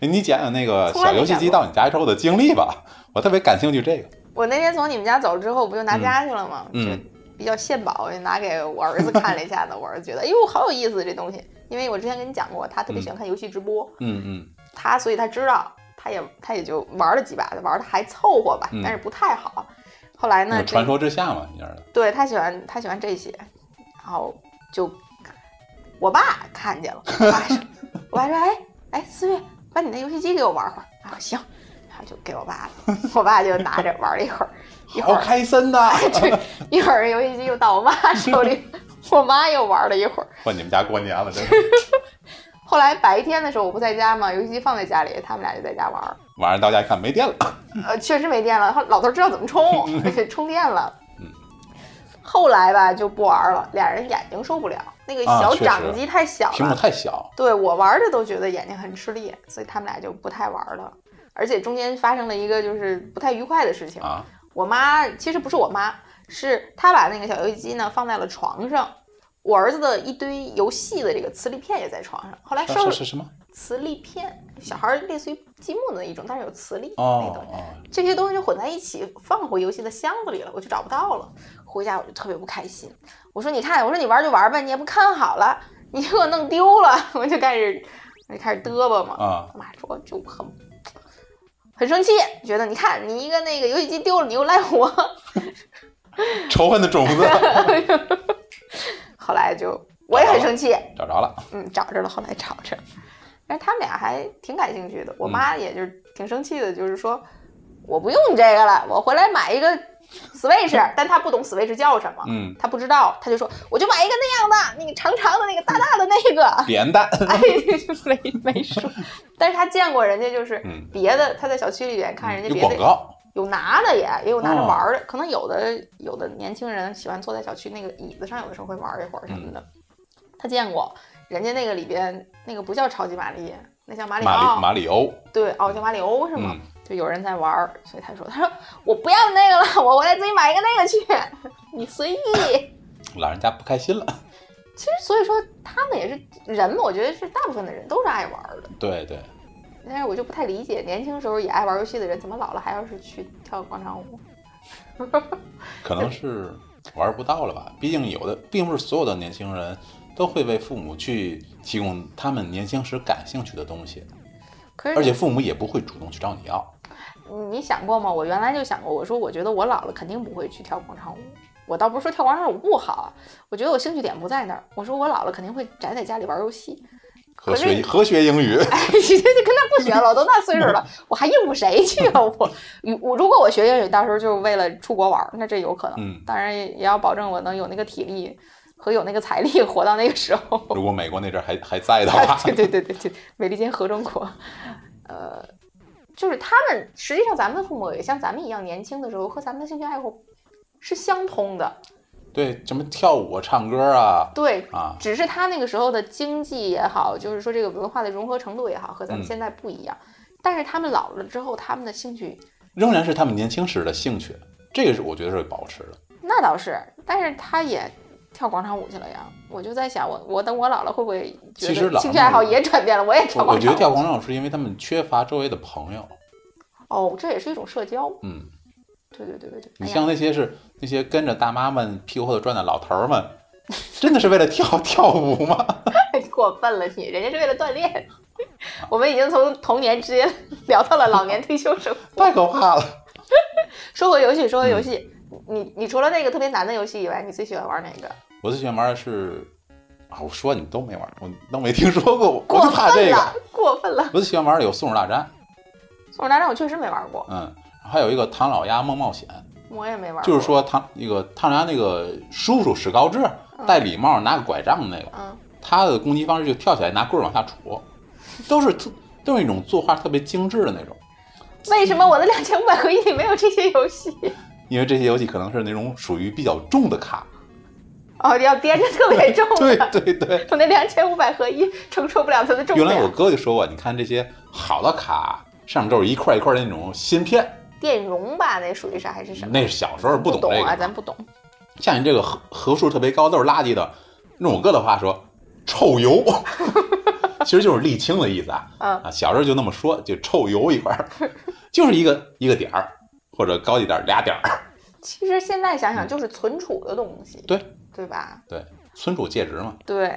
Speaker 1: 哎你讲讲那个
Speaker 2: 从来
Speaker 1: 小
Speaker 2: 没
Speaker 1: 游戏
Speaker 2: 讲
Speaker 1: 机
Speaker 2: 过
Speaker 1: 到你家之后的经历吧，我特别感兴趣这个。
Speaker 2: 我那天从你们家走了之后，不就拿家去了吗？
Speaker 1: 嗯
Speaker 2: 就比较献宝，我就拿给我儿子看了一下子。我儿子觉得，哎呦，好有意思这东西。因为我之前跟你讲过，他特别喜欢看游戏直播，
Speaker 1: 嗯嗯。
Speaker 2: 他所以他知道，他也他也就玩了几把，玩的还凑合吧，
Speaker 1: 嗯
Speaker 2: 但是不太好。后来呢，
Speaker 1: 那个
Speaker 2: 这
Speaker 1: 传说之下嘛，你知道的。
Speaker 2: 对他喜欢他喜欢这些，然后就我爸看见了，我爸说，我爸说，哎哎，思月，把你那游戏机给我玩会儿啊，行，然后就给我爸了，我爸就拿着玩了一会儿，一
Speaker 1: 好
Speaker 2: 会儿
Speaker 1: 开森呐！
Speaker 2: 一会儿游戏机又到我妈手里，我妈又玩了一会儿。
Speaker 1: 换你们家过年了，真是。
Speaker 2: 后来白天的时候我不在家嘛，游戏机放在家里，他们俩就在家玩儿。
Speaker 1: 晚上到家一看没电 了，
Speaker 2: 呃，确实没电了。后老头知道怎 么充，而且充电了。
Speaker 1: 嗯
Speaker 2: 后来吧就不玩了，俩人眼睛受不了，那个
Speaker 1: 啊
Speaker 2: 小
Speaker 1: 确实
Speaker 2: 掌机太小
Speaker 1: 屏
Speaker 2: 了，
Speaker 1: 幕太小。
Speaker 2: 对我玩的都觉得眼睛很吃力，所以他们俩就不太玩了。而且中间发生了一个就是不太愉快的事情，
Speaker 1: 啊，
Speaker 2: 我妈其实不是我妈，是她把那个小游戏机呢放在了床上，我儿子的一堆游戏的这个磁力片也在床上。后来
Speaker 1: 是
Speaker 2: 收
Speaker 1: 啊是
Speaker 2: 拾
Speaker 1: 是什么？
Speaker 2: 磁力片，小孩儿类似于积木的一种，但是有磁力那
Speaker 1: 哦
Speaker 2: 种。
Speaker 1: 哦，
Speaker 2: 这些东西就混在一起放回游戏的箱子里了，我就找不到了。回家我就特别不开心，我说你看，我说你玩就玩呗，你也不看好了，你给我弄丢了， 我就开始我就开始嘚啵嘛。
Speaker 1: 啊
Speaker 2: 我妈说就很很生气，觉得你看你一个那个游戏机丢了，你又赖我。
Speaker 1: 仇恨的种子
Speaker 2: 后来就我也很生气，
Speaker 1: 找着了，
Speaker 2: 嗯，找着了，后来找着。但是他们俩还挺感兴趣的，
Speaker 1: 嗯
Speaker 2: 我妈也就是挺生气的，就是说我不用你这个了，我回来买一个 Switch，但她不懂 Switch 叫什么，
Speaker 1: 嗯，
Speaker 2: 她不知道，她就说我就买一个那样的，那个长长的那个大大的那个，
Speaker 1: 扁担，
Speaker 2: 哎，就是没没说。但是她见过人家就是
Speaker 1: 嗯，
Speaker 2: 别的，她在小区里边看人家
Speaker 1: 有
Speaker 2: 别
Speaker 1: 广
Speaker 2: 的
Speaker 1: 告，
Speaker 2: 有拿的也也有拿着
Speaker 1: 哦
Speaker 2: 玩儿的，可能有的有的年轻人喜欢坐在小区那个椅子上，有的时候会玩一会儿什
Speaker 1: 嗯
Speaker 2: 么的。他见过人家那个里边那个不叫超级玛丽，那叫马里
Speaker 1: 马
Speaker 2: 奥，
Speaker 1: 里马里欧，
Speaker 2: 对，哦叫马里欧是吗？
Speaker 1: 嗯，
Speaker 2: 就有人在玩儿，所以他说他说我不要那个了，我回来自己买一个那个去， 你随意。
Speaker 1: 老人家不开心了，
Speaker 2: 其实所以说他们也是人嘛，我觉得是大部分的人都是爱玩儿的，
Speaker 1: 对对，
Speaker 2: 但是我就不太理解年轻时候也爱玩游戏的人，怎么老了还要是去跳广场舞？
Speaker 1: 可能是玩不到了吧，毕竟有的并不是所有的年轻人都会为父母去提供他们年轻时感兴趣的东西，
Speaker 2: 可是
Speaker 1: 而且父母也不会主动去找你要，
Speaker 2: 你想过吗？我原来就想过，我说我觉得我老了肯定不会去跳广场舞。我倒不是说跳广场舞不好啊，我觉得我兴趣点不在那儿。我说我老了肯定会宅在家里玩游戏。
Speaker 1: 和
Speaker 2: 可是
Speaker 1: 学和学英语，
Speaker 2: 哎，你这就跟他不学了，我都那岁数了，我还应付谁去啊？我我如果我学英语，到时候就是为了出国玩儿，那这有可能。
Speaker 1: 嗯，
Speaker 2: 当然也也要保证我能有那个体力和有那个财力活到那个时候。
Speaker 1: 如果美国那阵儿还还在的话，
Speaker 2: 对对对对对，美利坚合众国，呃，就是他们实际上咱们的父母也像咱们一样年轻的时候和咱们的兴趣爱好是相通的，
Speaker 1: 对，什么跳舞、啊、唱歌啊
Speaker 2: 对，
Speaker 1: 啊，
Speaker 2: 只是他那个时候的经济也好，就是说这个文化的融合程度也好，和咱
Speaker 1: 嗯
Speaker 2: 们现在不一样。但是他们老了之后，他们的兴趣
Speaker 1: 仍然是他们年轻时的兴趣，这个是我觉得是保持的。
Speaker 2: 那倒是，但是他也跳广场舞去了呀。我就在想，我我等我老了会不会觉
Speaker 1: 其实
Speaker 2: 得
Speaker 1: 老
Speaker 2: 兴趣爱好
Speaker 1: 了
Speaker 2: 也转变了，我也跳
Speaker 1: 我
Speaker 2: 广
Speaker 1: 我觉得
Speaker 2: 场舞哎
Speaker 1: 跳广场舞是因为他们缺乏周围的朋友，
Speaker 2: 哦，这也是一种社交。
Speaker 1: 嗯，
Speaker 2: 对对对对对，
Speaker 1: 你
Speaker 2: 哎呀
Speaker 1: 像那些是那些跟着大妈们屁股后头转的老头儿们，真的是为了跳 跳舞吗？
Speaker 2: 太过分了你，人家是为了锻炼。我们已经从童年直接聊到了老年退休生活。
Speaker 1: 太可怕了！
Speaker 2: 说回游戏，说回游戏，你你除了那个特别难的游戏以外，你最喜欢玩哪个？
Speaker 1: 我最喜欢玩的是啊，我说你都没玩，我都没听说过，我
Speaker 2: 过
Speaker 1: 就怕
Speaker 2: 分
Speaker 1: 啊这个。
Speaker 2: 了，过分了！
Speaker 1: 我最喜欢玩的有《松鼠大战
Speaker 2: 松鼠大战我确实没玩过》，，
Speaker 1: 嗯，还有一个《唐老鸭梦冒险》，
Speaker 2: 我也没玩过。
Speaker 1: 就是，说唐那个唐老鸭那个叔叔史高治戴礼帽拿个拐杖的那个，
Speaker 2: 嗯，
Speaker 1: 他的攻击方式就跳起来拿棍儿往下杵，都是特都是一种作画特别精致的那种。
Speaker 2: 为什么我的两千五百回忆里没有这些游戏？
Speaker 1: 因为这些游戏可能是那种属于比较重的卡，
Speaker 2: 哦，要掂着特别重
Speaker 1: 对
Speaker 2: 的，
Speaker 1: 对对。
Speaker 2: 我那两千五百合一承受不了它的重
Speaker 1: 原来我
Speaker 2: 量。
Speaker 1: 哥就说过，你看这些好的卡上面都是一块一块的那种芯片，
Speaker 2: 电容吧，那属于啥还是什么？
Speaker 1: 那是小时候不
Speaker 2: 不
Speaker 1: 懂这个嘛。
Speaker 2: 啊，咱不懂。
Speaker 1: 像你这个合合数特别高都是垃圾的，用我哥的话说，臭油， 其实就是沥青的意思啊。
Speaker 2: 嗯
Speaker 1: 啊，小时候就那么说，就臭油一 块儿，就是一个一个点儿或者高一点儿俩点儿，
Speaker 2: 其实现在想想，就是存储的东西，
Speaker 1: 对
Speaker 2: 对吧？
Speaker 1: 存储介质嘛。
Speaker 2: 对，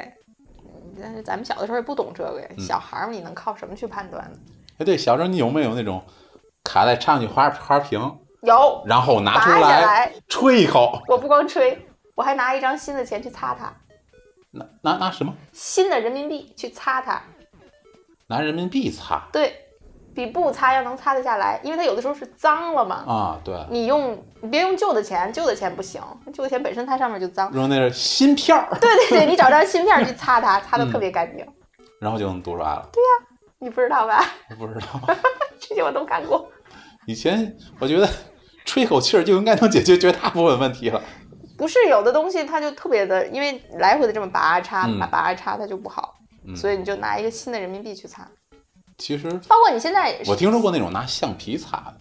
Speaker 2: 嗯但是咱们小的时候也不懂这个呀，
Speaker 1: 嗯
Speaker 2: 小孩儿嘛，你能靠什么去判断呢？
Speaker 1: 哎，对，小时候你有没有那种卡在插进去花花瓶，
Speaker 2: 有
Speaker 1: 然后拿
Speaker 2: 拔
Speaker 1: 出
Speaker 2: 下
Speaker 1: 来
Speaker 2: 来，
Speaker 1: 吹一口，
Speaker 2: 我不光吹，我还拿一张新的钱去擦它，
Speaker 1: 拿拿拿什么？
Speaker 2: 新的人民币去擦它，
Speaker 1: 拿人民币擦
Speaker 2: 对比不擦要能擦得下来，因为它有的时候是脏了嘛。
Speaker 1: 啊？对，
Speaker 2: 你用你别用旧的钱，旧的钱不行，旧的钱本身它上面就脏。
Speaker 1: 用那是芯片儿，
Speaker 2: 对对对，你找张芯片儿去擦它，擦
Speaker 1: 嗯
Speaker 2: 的特别干净。
Speaker 1: 然后就能读出来了。
Speaker 2: 你不知道吧？
Speaker 1: 我不知道。
Speaker 2: 这些我都干过。
Speaker 1: 以前我觉得吹口气儿就应该能解决绝大部分问题了。
Speaker 2: 不是有的东西它就特别的，因为来回的这么拔啊插
Speaker 1: 嗯
Speaker 2: 拔拔啊插，它就不好，
Speaker 1: 嗯
Speaker 2: 所以你就拿一个新的人民币去擦。
Speaker 1: 其实
Speaker 2: 包括你现在也
Speaker 1: 我
Speaker 2: 是
Speaker 1: 听说过那种拿橡皮擦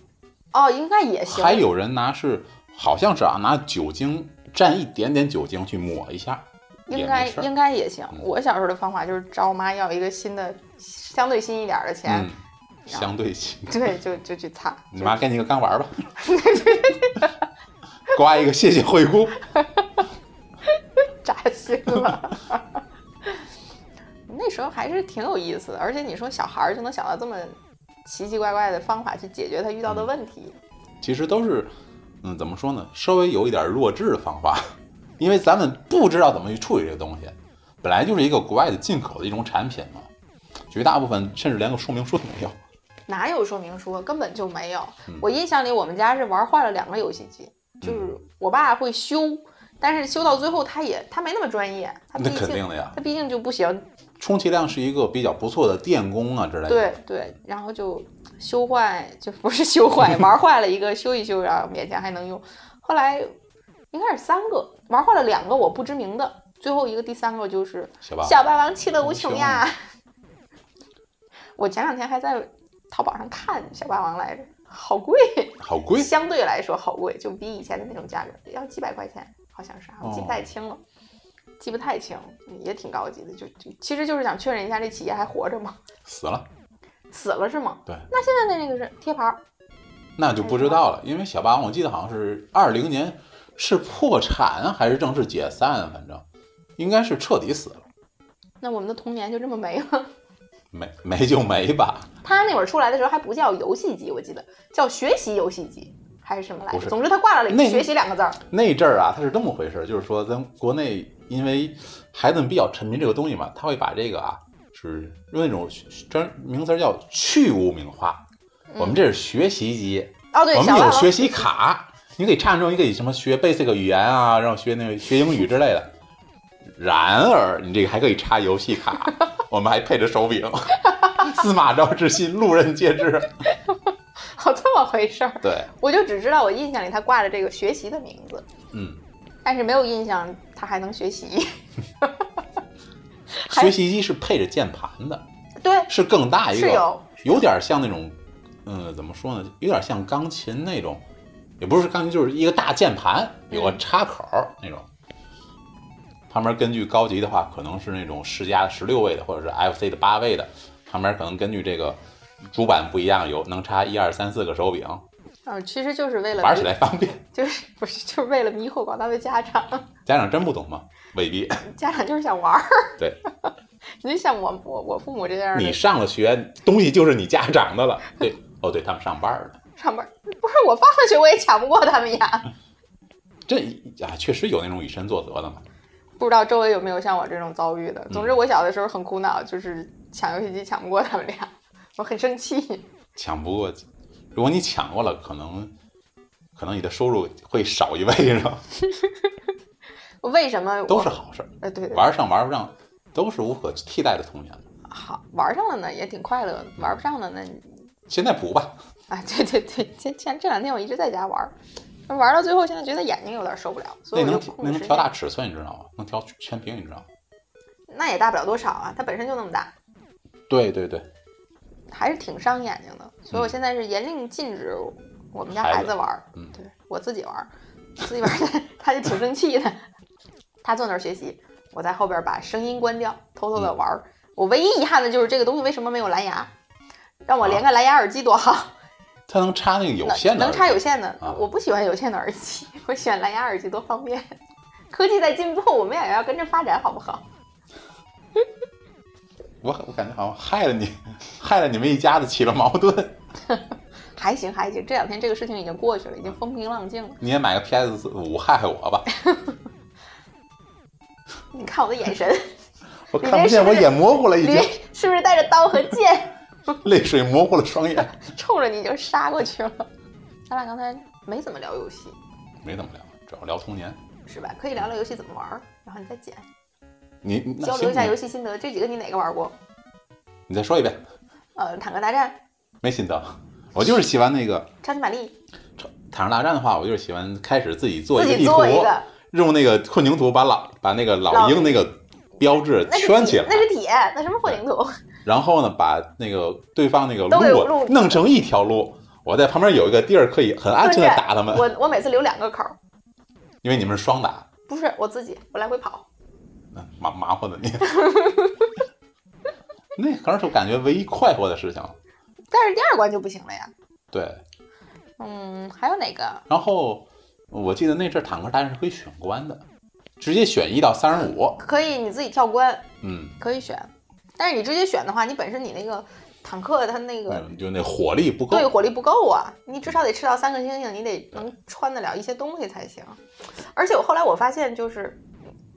Speaker 2: 哦，应该也
Speaker 1: 的，
Speaker 2: 行。
Speaker 1: 还有人拿是好像是啊拿酒精蘸一点点酒精去抹一下，
Speaker 2: 应
Speaker 1: 也
Speaker 2: 该
Speaker 1: 没事儿
Speaker 2: 应该也行。
Speaker 1: 嗯
Speaker 2: 我小时候的方法就是找我妈要一个新的，相对新一点儿的钱
Speaker 1: 嗯，，相对起，
Speaker 2: 对，就就去擦。
Speaker 1: 你妈给你个钢丸吧，刮一个谢谢惠顾，
Speaker 2: 扎心了。 那时候还是挺有意思的，而且你说小孩儿就能想到这么奇奇怪怪的方法去解决他遇
Speaker 1: 嗯
Speaker 2: 到的问题，
Speaker 1: 其实都是，嗯，怎么说呢，稍微有一点弱智的方法，因为咱们不知道怎么去处理这个东西，本来就是一个国外的进口的一种产品嘛，绝大部分甚至连个说明书都没有。
Speaker 2: 哪有说明书？啊根本就没有。
Speaker 1: 嗯
Speaker 2: 我印象里，我们家是玩坏了两个游戏机，就是我爸会修，但是修到最后他也他没那么专业，他毕
Speaker 1: 那肯
Speaker 2: 竟
Speaker 1: 定的呀，
Speaker 2: 他毕竟就不行，
Speaker 1: 充其量是一个比较不错的电工啊之类的。
Speaker 2: 对对，然后就修坏，就不是修坏，玩坏了一个修一修，然后勉强还能用。后来应该是三个，玩坏了两个我不知名的，最后一个第三个就是
Speaker 1: 小霸王
Speaker 2: 小霸王其乐无
Speaker 1: 无
Speaker 2: 穷
Speaker 1: 穷
Speaker 2: 呀。 我前两天还在淘宝上看小霸王来着，好贵，
Speaker 1: 好贵，
Speaker 2: 相对来说好贵，就比以前的那种价格要几百块钱，好像是啊，我记不
Speaker 1: 哦
Speaker 2: 太清了。记不太清，也挺高级的，就就其实就是想确认一下这企业还活着吗？
Speaker 1: 死了。
Speaker 2: 死了是吗？
Speaker 1: 对，
Speaker 2: 那现在的那个是贴牌儿，
Speaker 1: 那就不知道了，因为小霸王我记得好像是二零年是破产还是正式解散，啊反正应该是彻底死了，
Speaker 2: 那我们的童年就这么没了。
Speaker 1: 没没就没吧。
Speaker 2: 它那会儿出来的时候还不叫游戏机，我记得叫学习游戏机还是什么来
Speaker 1: 不
Speaker 2: 着？
Speaker 1: 是
Speaker 2: 总之它挂了
Speaker 1: 那
Speaker 2: “学习”两个字儿。
Speaker 1: 那阵儿啊，它是这么回事儿，就是说咱国内因为孩子们比较沉迷这个东西嘛，他会把这个啊是用那种专名词儿叫去污名化。我们这是学习机，
Speaker 2: 哦，对，
Speaker 1: 我
Speaker 2: 小
Speaker 1: 们
Speaker 2: 霸
Speaker 1: 有
Speaker 2: 王
Speaker 1: 学习卡，你可以插上之后，你可以什么学 basic 语言啊，然后学那个学英语之类的。然而，你这个还可以插游戏卡，我们还配着手柄， 司马昭之心，路人皆知。
Speaker 2: 好这么回事儿。
Speaker 1: 对，
Speaker 2: 我就只知道我印象里它挂着这个学习的名字，
Speaker 1: 嗯，
Speaker 2: 但是没有印象它还能学习。 还
Speaker 1: 学习机是配着键盘的，
Speaker 2: 对，
Speaker 1: 是更大一
Speaker 2: 是
Speaker 1: 个，
Speaker 2: 有
Speaker 1: 有点像那种，嗯，怎么说呢，有点像钢琴那种，也不是钢琴，就是一个大键盘，有
Speaker 2: 嗯
Speaker 1: 个插口儿那种。旁边根据高级的话，可能是那种世嘉十六位的，或者是 FC 的八位的，旁边可能根据这个主板不一样，有能插一二三四个手柄，
Speaker 2: 嗯、其实就是为了
Speaker 1: 玩起来方便。
Speaker 2: 就是不是就是为了迷惑广大的家长，
Speaker 1: 家长真不懂吗？未必。
Speaker 2: 家长就是想玩儿。
Speaker 1: 对，
Speaker 2: 你就像我我我父母这样的
Speaker 1: 你上了学，东西就是你家长的了。对，哦，对他们上班儿了。
Speaker 2: 上班儿不是我放了学我也抢不过他们呀。
Speaker 1: 这啊，确实有那种以身作则的嘛。
Speaker 2: 不知道周围有没有像我这种遭遇的。
Speaker 1: 嗯
Speaker 2: 总之，我小的时候很苦恼，就是抢游戏机抢不过他们俩，我很生气。
Speaker 1: 抢不过，如果你抢过了，可能可能你的收入会少 一倍，你知道吗？
Speaker 2: 为什么我
Speaker 1: 都是好事儿，
Speaker 2: 呃对对
Speaker 1: 玩上玩不上都是无可替代的童年。
Speaker 2: 好玩上了呢，也挺快乐的；玩不上了呢，
Speaker 1: 现在补吧，
Speaker 2: 啊对对对，前前这两天我一直在家玩儿，玩到最后现在觉得眼睛有点受不了，所
Speaker 1: 那
Speaker 2: 以
Speaker 1: 能
Speaker 2: 我就控
Speaker 1: 那
Speaker 2: 制
Speaker 1: 能
Speaker 2: 时
Speaker 1: 调
Speaker 2: 间。
Speaker 1: 大尺寸，你知道吗？能调全屏，你知道吗？
Speaker 2: 那也大不了多少啊，它本身就那么大，
Speaker 1: 对对对，
Speaker 2: 还是挺伤眼睛的。所以我现在是严令禁止我们家孩子玩儿，
Speaker 1: 嗯
Speaker 2: 对我自己玩儿，自己玩儿 他就挺生气的。他坐那儿学习，我在后边把声音关掉，偷偷的
Speaker 1: 嗯
Speaker 2: 玩儿。我唯一遗憾的就是这个东西为什么没有蓝牙？让我连个蓝牙耳机多好，
Speaker 1: 它能插那个啊有
Speaker 2: 能
Speaker 1: 线的，
Speaker 2: 能插有。线的、
Speaker 1: 啊
Speaker 2: 我不喜欢有线的耳机，我喜欢蓝牙耳机多方便。科技在进步，我们也要跟着发展，好不好？
Speaker 1: 我我感觉好像害了你， 害了你们一家子起了矛盾。
Speaker 2: 还行还行，这两天这个事情已经过去了，已
Speaker 1: 嗯
Speaker 2: 经风平浪静了。
Speaker 1: 你也买个 PS 五害害我吧，
Speaker 2: 你看我的眼神，
Speaker 1: 我看不见，我眼模糊了， 已
Speaker 2: 里
Speaker 1: 经
Speaker 2: 面是不是带着刀和剑？
Speaker 1: 泪水模糊了双眼，
Speaker 2: 冲着你就杀过去了。 咱俩刚才没怎么聊游戏，
Speaker 1: 没怎么聊，主要聊童年。
Speaker 2: 是吧？可以聊聊游戏怎么玩儿，然后你再剪，
Speaker 1: 你你那
Speaker 2: 交流一下
Speaker 1: 行
Speaker 2: 游戏心得。这几个你哪个玩过？
Speaker 1: 你再说一遍，
Speaker 2: 呃，坦克大战、
Speaker 1: 没心得，我就是喜欢那个。
Speaker 2: 超级玛丽，
Speaker 1: 坦克大战的话，我就是喜欢开始自己做
Speaker 2: 自
Speaker 1: 一个
Speaker 2: 己
Speaker 1: 地
Speaker 2: 做一
Speaker 1: 图，
Speaker 2: 个，
Speaker 1: 用那个混凝土把老把那个
Speaker 2: 老
Speaker 1: 老鹰那个标志
Speaker 2: 那是
Speaker 1: 圈
Speaker 2: 铁
Speaker 1: 起来，
Speaker 2: 那是铁，那什么混 凝土？
Speaker 1: 然后呢，把那个对方那个
Speaker 2: 都给
Speaker 1: 路
Speaker 2: 路
Speaker 1: 弄成一条路，我在旁边有一个地儿可以很安全的打他们，
Speaker 2: 我我每次留两个口儿，
Speaker 1: 因为你们是双打，
Speaker 2: 不是我自己，我来回跑。
Speaker 1: 嗯麻麻烦的你。 那可能是我感觉唯一快活的事情。
Speaker 2: 但是第二关就不行了呀。
Speaker 1: 对，
Speaker 2: 嗯，还有哪个？
Speaker 1: 然后我记得那阵儿坦克大战是可以选关的，直接选一到三十五。
Speaker 2: 可以你自己跳关，
Speaker 1: 嗯，
Speaker 2: 可以选。但是你直接选的话，你本身你那个坦克它那个
Speaker 1: 嗯就那火力不够
Speaker 2: 对，火力不够啊，你至少得吃到三个星星，你得能穿得了一些东西才行。而且我后来我发现，就是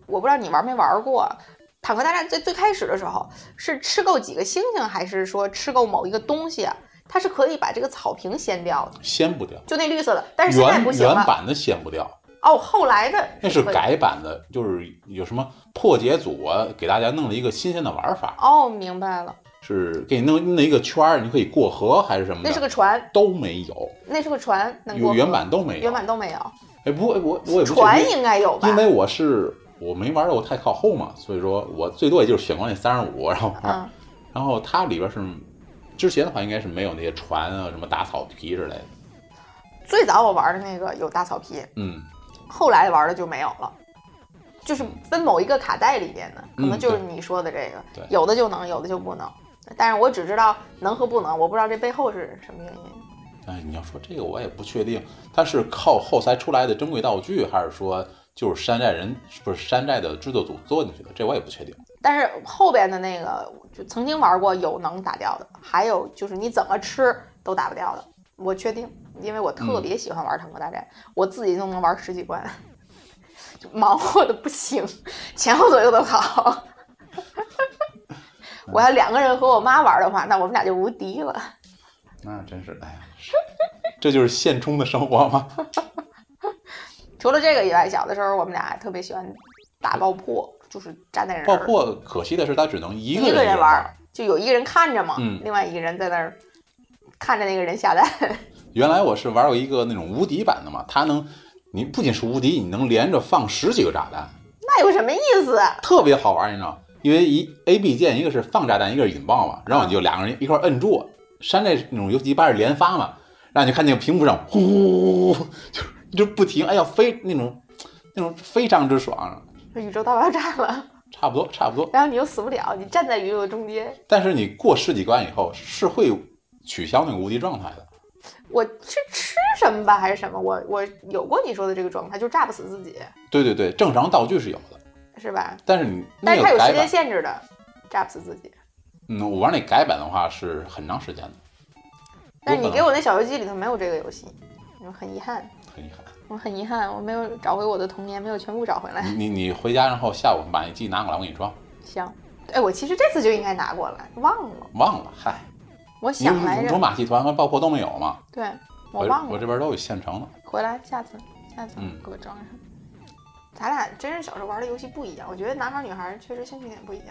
Speaker 2: 我不知道你玩没玩过《坦克大战》最最开始的时候，是吃够几个星星，还是说吃够某一个东西啊？它是可以把这个草坪掀掉的，
Speaker 1: 掀不掉。
Speaker 2: 就那绿色的，但是现在
Speaker 1: 原
Speaker 2: 不行
Speaker 1: 原
Speaker 2: 了。
Speaker 1: 版的掀不掉，
Speaker 2: 哦，后来的
Speaker 1: 那是
Speaker 2: 可以
Speaker 1: 改版的，就是有什么破解组啊，给大家弄了一个新鲜的玩法，
Speaker 2: 哦，明白了，
Speaker 1: 是给你弄弄一个圈儿，你可以过河还是什么
Speaker 2: 那
Speaker 1: 的，
Speaker 2: 是个船，
Speaker 1: 都没有，
Speaker 2: 那是个船，能过
Speaker 1: 有
Speaker 2: 河
Speaker 1: 原版都没有。
Speaker 2: 原版都没有，
Speaker 1: 哎，不过我我也不确定
Speaker 2: 船应该有吧？
Speaker 1: 因为我是我没玩儿，我太靠后嘛，所以说我最多也就是选光那三十五，然后玩儿、
Speaker 2: 嗯，
Speaker 1: 然后它里边是之前的话应该是没有那些船啊什么打草皮之类的，
Speaker 2: 最早我玩的那个有大草皮，
Speaker 1: 嗯，
Speaker 2: 后来玩的就没有了，就是分某一个卡带里边的，可能
Speaker 1: 嗯
Speaker 2: 就是
Speaker 1: 对
Speaker 2: 你说的这个，
Speaker 1: 对
Speaker 2: 有的就能，有的就不能。但是我只知道能和不能，我不知道这背后是什么原因。
Speaker 1: 哎，你要说这个我也不确定，它是靠后才出来的珍贵道具，还是说就是山寨人不是山寨的制作组做进去的，这我也不确定。
Speaker 2: 但是后边的那个就曾经玩过，有能打掉的，还有就是你怎么吃都打不掉的。我确定，因为我
Speaker 1: 嗯
Speaker 2: 特别喜欢玩坦克大战，我自己都能玩十几关， 就忙活的不行，前后左右都跑。
Speaker 1: 嗯
Speaker 2: 我要两个人和我妈玩的话，那我们俩就无敌了。
Speaker 1: 那真是，哎呀，是 这就是现充的生活吗？
Speaker 2: 除了这个以外，小的时候我们俩特别喜欢打爆破，就是站在人儿
Speaker 1: 爆破可惜的是，它只能一
Speaker 2: 一
Speaker 1: 个人
Speaker 2: 人
Speaker 1: 玩
Speaker 2: 儿
Speaker 1: 儿。，
Speaker 2: 就有一个人看着嘛，
Speaker 1: 嗯
Speaker 2: 另外一个人在那儿看着那个人下蛋。
Speaker 1: 原来我是玩过一个那种无敌版的嘛，它能，你不仅是无敌，你能连着放十几个炸弹，
Speaker 2: 那有什么意思？
Speaker 1: 特别好玩，你知道吗？因为一 A、B 键，一个是放炸弹，一个是引爆嘛，然后你就两个人一块儿摁住，山寨那种游戏一般是连发嘛，然后你就看那个屏幕上呼呼呼呼，就是一直不停，哎呀非那种那种非常之爽，
Speaker 2: 宇宙大爆炸了，
Speaker 1: 差不多 差不多。
Speaker 2: 然后你又死不了，你站在宇宙的中间。
Speaker 1: 但是你过十几关以后是会取消那个无敌状态的，
Speaker 2: 我是吃什么吧，还是什么？我我有过你说的这个状态，就炸不死自己，
Speaker 1: 对对对，正常道具是有的，
Speaker 2: 是吧？
Speaker 1: 但是你那
Speaker 2: 但
Speaker 1: 个
Speaker 2: 是它有时
Speaker 1: 改
Speaker 2: 间
Speaker 1: 版，
Speaker 2: 限制的，炸不死自己。
Speaker 1: 嗯，我玩那改版的话是很长时间的，
Speaker 2: 但是
Speaker 1: 可
Speaker 2: 你
Speaker 1: 能
Speaker 2: 给我那小游戏里头没有这个游戏，我很遗憾，
Speaker 1: 很遗憾。
Speaker 2: 我很遗憾，我没有找回我的童年，没有全部找回来。
Speaker 1: 你你你回家然后下午把那机拿过来，我给你装，
Speaker 2: 行，哎，我其实这次就应该拿过来，忘了，
Speaker 1: 忘了，嗨。
Speaker 2: 我
Speaker 1: 你
Speaker 2: 想来
Speaker 1: 你说
Speaker 2: 着，
Speaker 1: 马戏团和爆破都没有吗？
Speaker 2: 对
Speaker 1: 我
Speaker 2: 我忘
Speaker 1: 我
Speaker 2: 了，
Speaker 1: 这边都有现成的。
Speaker 2: 回来下次，下次
Speaker 1: 嗯
Speaker 2: 给我装上。咱俩真是小时候玩的游戏不一样，我觉得男孩儿女孩儿确实兴趣点不一样，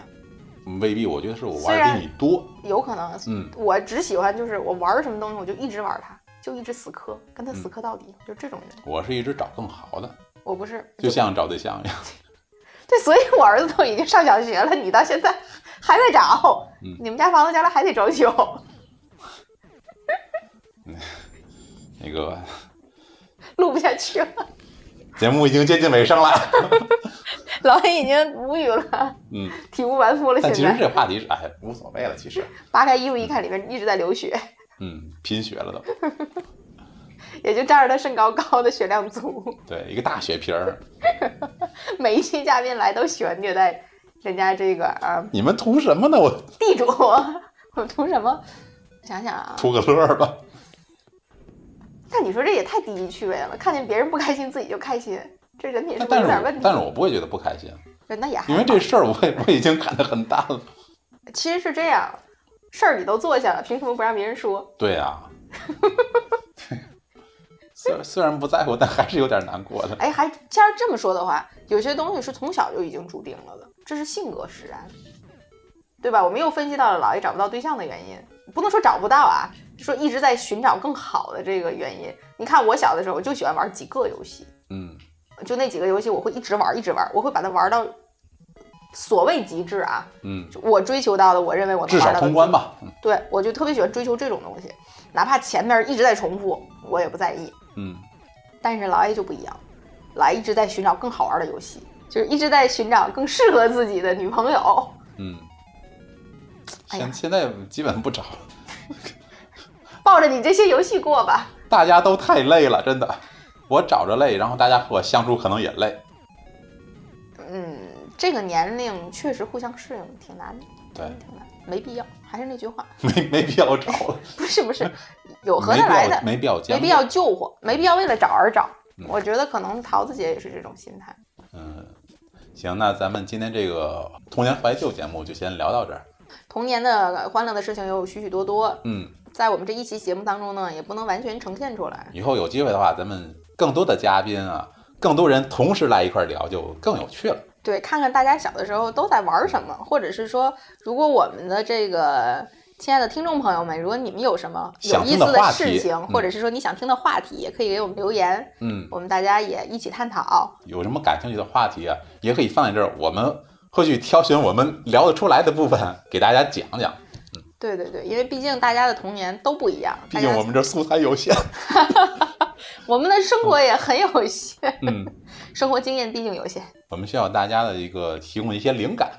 Speaker 1: 嗯未必，我觉得是我
Speaker 2: 虽
Speaker 1: 玩
Speaker 2: 然
Speaker 1: 的比你多。
Speaker 2: 有可能。
Speaker 1: 嗯，
Speaker 2: 我只喜欢就是我玩什么东西，我就一直玩它，就一直死磕，跟他
Speaker 1: 嗯
Speaker 2: 死磕到底，就这种人。
Speaker 1: 我是一直找更好的，
Speaker 2: 我不是，
Speaker 1: 就像找对象一样。
Speaker 2: 对，所以我儿子都已经上小学了，你到现在还在找，
Speaker 1: 嗯
Speaker 2: 你们家房子将来还得装修。
Speaker 1: 那个
Speaker 2: 录不下去了，
Speaker 1: 节目已经接近尾 声了，
Speaker 2: 老爷已经无语了，
Speaker 1: 嗯，
Speaker 2: 体无完肤了。现
Speaker 1: 但
Speaker 2: 在
Speaker 1: 其实这话题是哎无所谓了，其实，
Speaker 2: 扒开衣服一看，里面一直在流血，
Speaker 1: 嗯，贫血了都，
Speaker 2: 也就仗着他身高高的血量足，
Speaker 1: 对，一个大血瓶儿。
Speaker 2: 每一期嘉宾来都喜欢虐待人家这个啊
Speaker 1: 你们图什么呢？我
Speaker 2: 地主。 我图什么？想想啊，
Speaker 1: 图个乐儿吧。
Speaker 2: 但你说这也太低级趣味了，看见别人不开心自己就开心，这人品是
Speaker 1: 但
Speaker 2: 不
Speaker 1: 但
Speaker 2: 是有
Speaker 1: 是
Speaker 2: 点问
Speaker 1: 我
Speaker 2: 题？
Speaker 1: 但是我不会觉得不开心，
Speaker 2: 那也还
Speaker 1: 因为这事儿我也我已经看得很淡了。
Speaker 2: 其实是这样，事儿你都做下了，凭什么不让别人说？
Speaker 1: 对呀、 啊，虽然虽然不在乎，但还是有点难过的。
Speaker 2: 哎，还既然这么说的话，有些东西是从小就已经注定了的，这是性格使然，对吧？我们又分析到了老爷找不到对象的原因，不能说找不到啊，就说一直在寻找更好的这个原因。你看我小的时候，我就喜欢玩几个游戏，
Speaker 1: 嗯
Speaker 2: 就那几个游戏我会一直玩，一直玩，我会把它玩到所谓极致啊，
Speaker 1: 嗯，
Speaker 2: 就我追求到的，我认为我能
Speaker 1: 至
Speaker 2: 玩到
Speaker 1: 少
Speaker 2: 的
Speaker 1: 通关吧。嗯
Speaker 2: 对，我就特别喜欢追求这种东西，哪怕前面一直在重复，我也不在意。
Speaker 1: 嗯，
Speaker 2: 但是老 A 就不一样，老 A 一直在寻找更好玩的游戏，就是一直在寻找更适合自己的女朋友。
Speaker 1: 嗯，
Speaker 2: 哎呀
Speaker 1: 现现在基本不找，
Speaker 2: 抱着你这些游戏过吧。
Speaker 1: 大家都太累了，真的。我找着累，然后大家和我相处可能也累。
Speaker 2: 嗯，这个年龄确实互相适应挺难的，
Speaker 1: 对，
Speaker 2: 挺难，没必要。还是那句话，
Speaker 1: 没没必要找了，
Speaker 2: 不是不是，有 合
Speaker 1: 没
Speaker 2: 得
Speaker 1: 必
Speaker 2: 来
Speaker 1: 要，
Speaker 2: 的，
Speaker 1: 没必要僵
Speaker 2: 没
Speaker 1: 硬，
Speaker 2: 必要救火，没必要为了找而找。
Speaker 1: 嗯
Speaker 2: 我觉得可能桃子姐也是这种心态。
Speaker 1: 嗯，行，那咱们今天这个童年怀旧节目就先聊到这儿。
Speaker 2: 童年的欢乐的事情有许许多多，
Speaker 1: 嗯，
Speaker 2: 在我们这一期节目当中呢，也不能完全呈现出来。
Speaker 1: 以后有机会的话，咱们更多的嘉宾啊，更多人同时来一块儿聊，就更有趣了。
Speaker 2: 对，看看大家小的时候都在玩什么，或者是说，如果我们的这个亲爱的听众朋友们，如果你们有什么有
Speaker 1: 想
Speaker 2: 意
Speaker 1: 听
Speaker 2: 思
Speaker 1: 的话题
Speaker 2: 事情，
Speaker 1: 嗯
Speaker 2: 或者是说你想听的话题，也可以给我们留言，
Speaker 1: 嗯，
Speaker 2: 我们大家也一起探讨。
Speaker 1: 有什么感兴趣的话题啊，也可以放在这儿，我们会去挑选我们聊得出来的部分给大家讲讲。
Speaker 2: 对对对，因为毕竟大家的童年都不一样，
Speaker 1: 毕
Speaker 2: 大
Speaker 1: 竟
Speaker 2: 家
Speaker 1: 我们这素材有 限。
Speaker 2: 我们的生活也很有限，
Speaker 1: 嗯，
Speaker 2: 生活经验毕竟有限。
Speaker 1: 我们需要大家的一个提供一些灵感，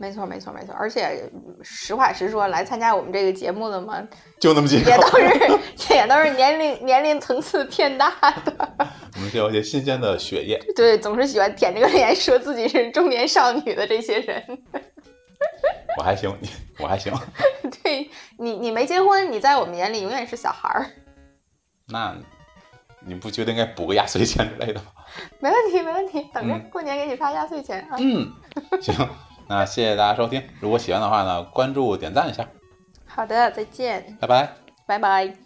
Speaker 2: 没错，没错，没错。而且嗯实话实说，来参加我们这个节目的嘛，
Speaker 1: 就那么几个
Speaker 2: 也，都是 也都是年龄年龄层次偏大的，
Speaker 1: 我们需要一些新鲜的血液。
Speaker 2: 对，总是喜欢舔着个脸说自己是中年少女的这些人。
Speaker 1: 我还行，你我还行，
Speaker 2: 对你，你没结婚，你在我们眼里永远是小孩儿，
Speaker 1: 那你不觉得应该补个压岁钱之类的吗？
Speaker 2: 没问题，没问题，等着
Speaker 1: 嗯
Speaker 2: 过年给你发压岁钱啊。
Speaker 1: 嗯，行，那谢谢大家收听。如果喜欢的话呢，关注点赞一下，
Speaker 2: 好的，再见，
Speaker 1: 拜拜。
Speaker 2: 拜拜。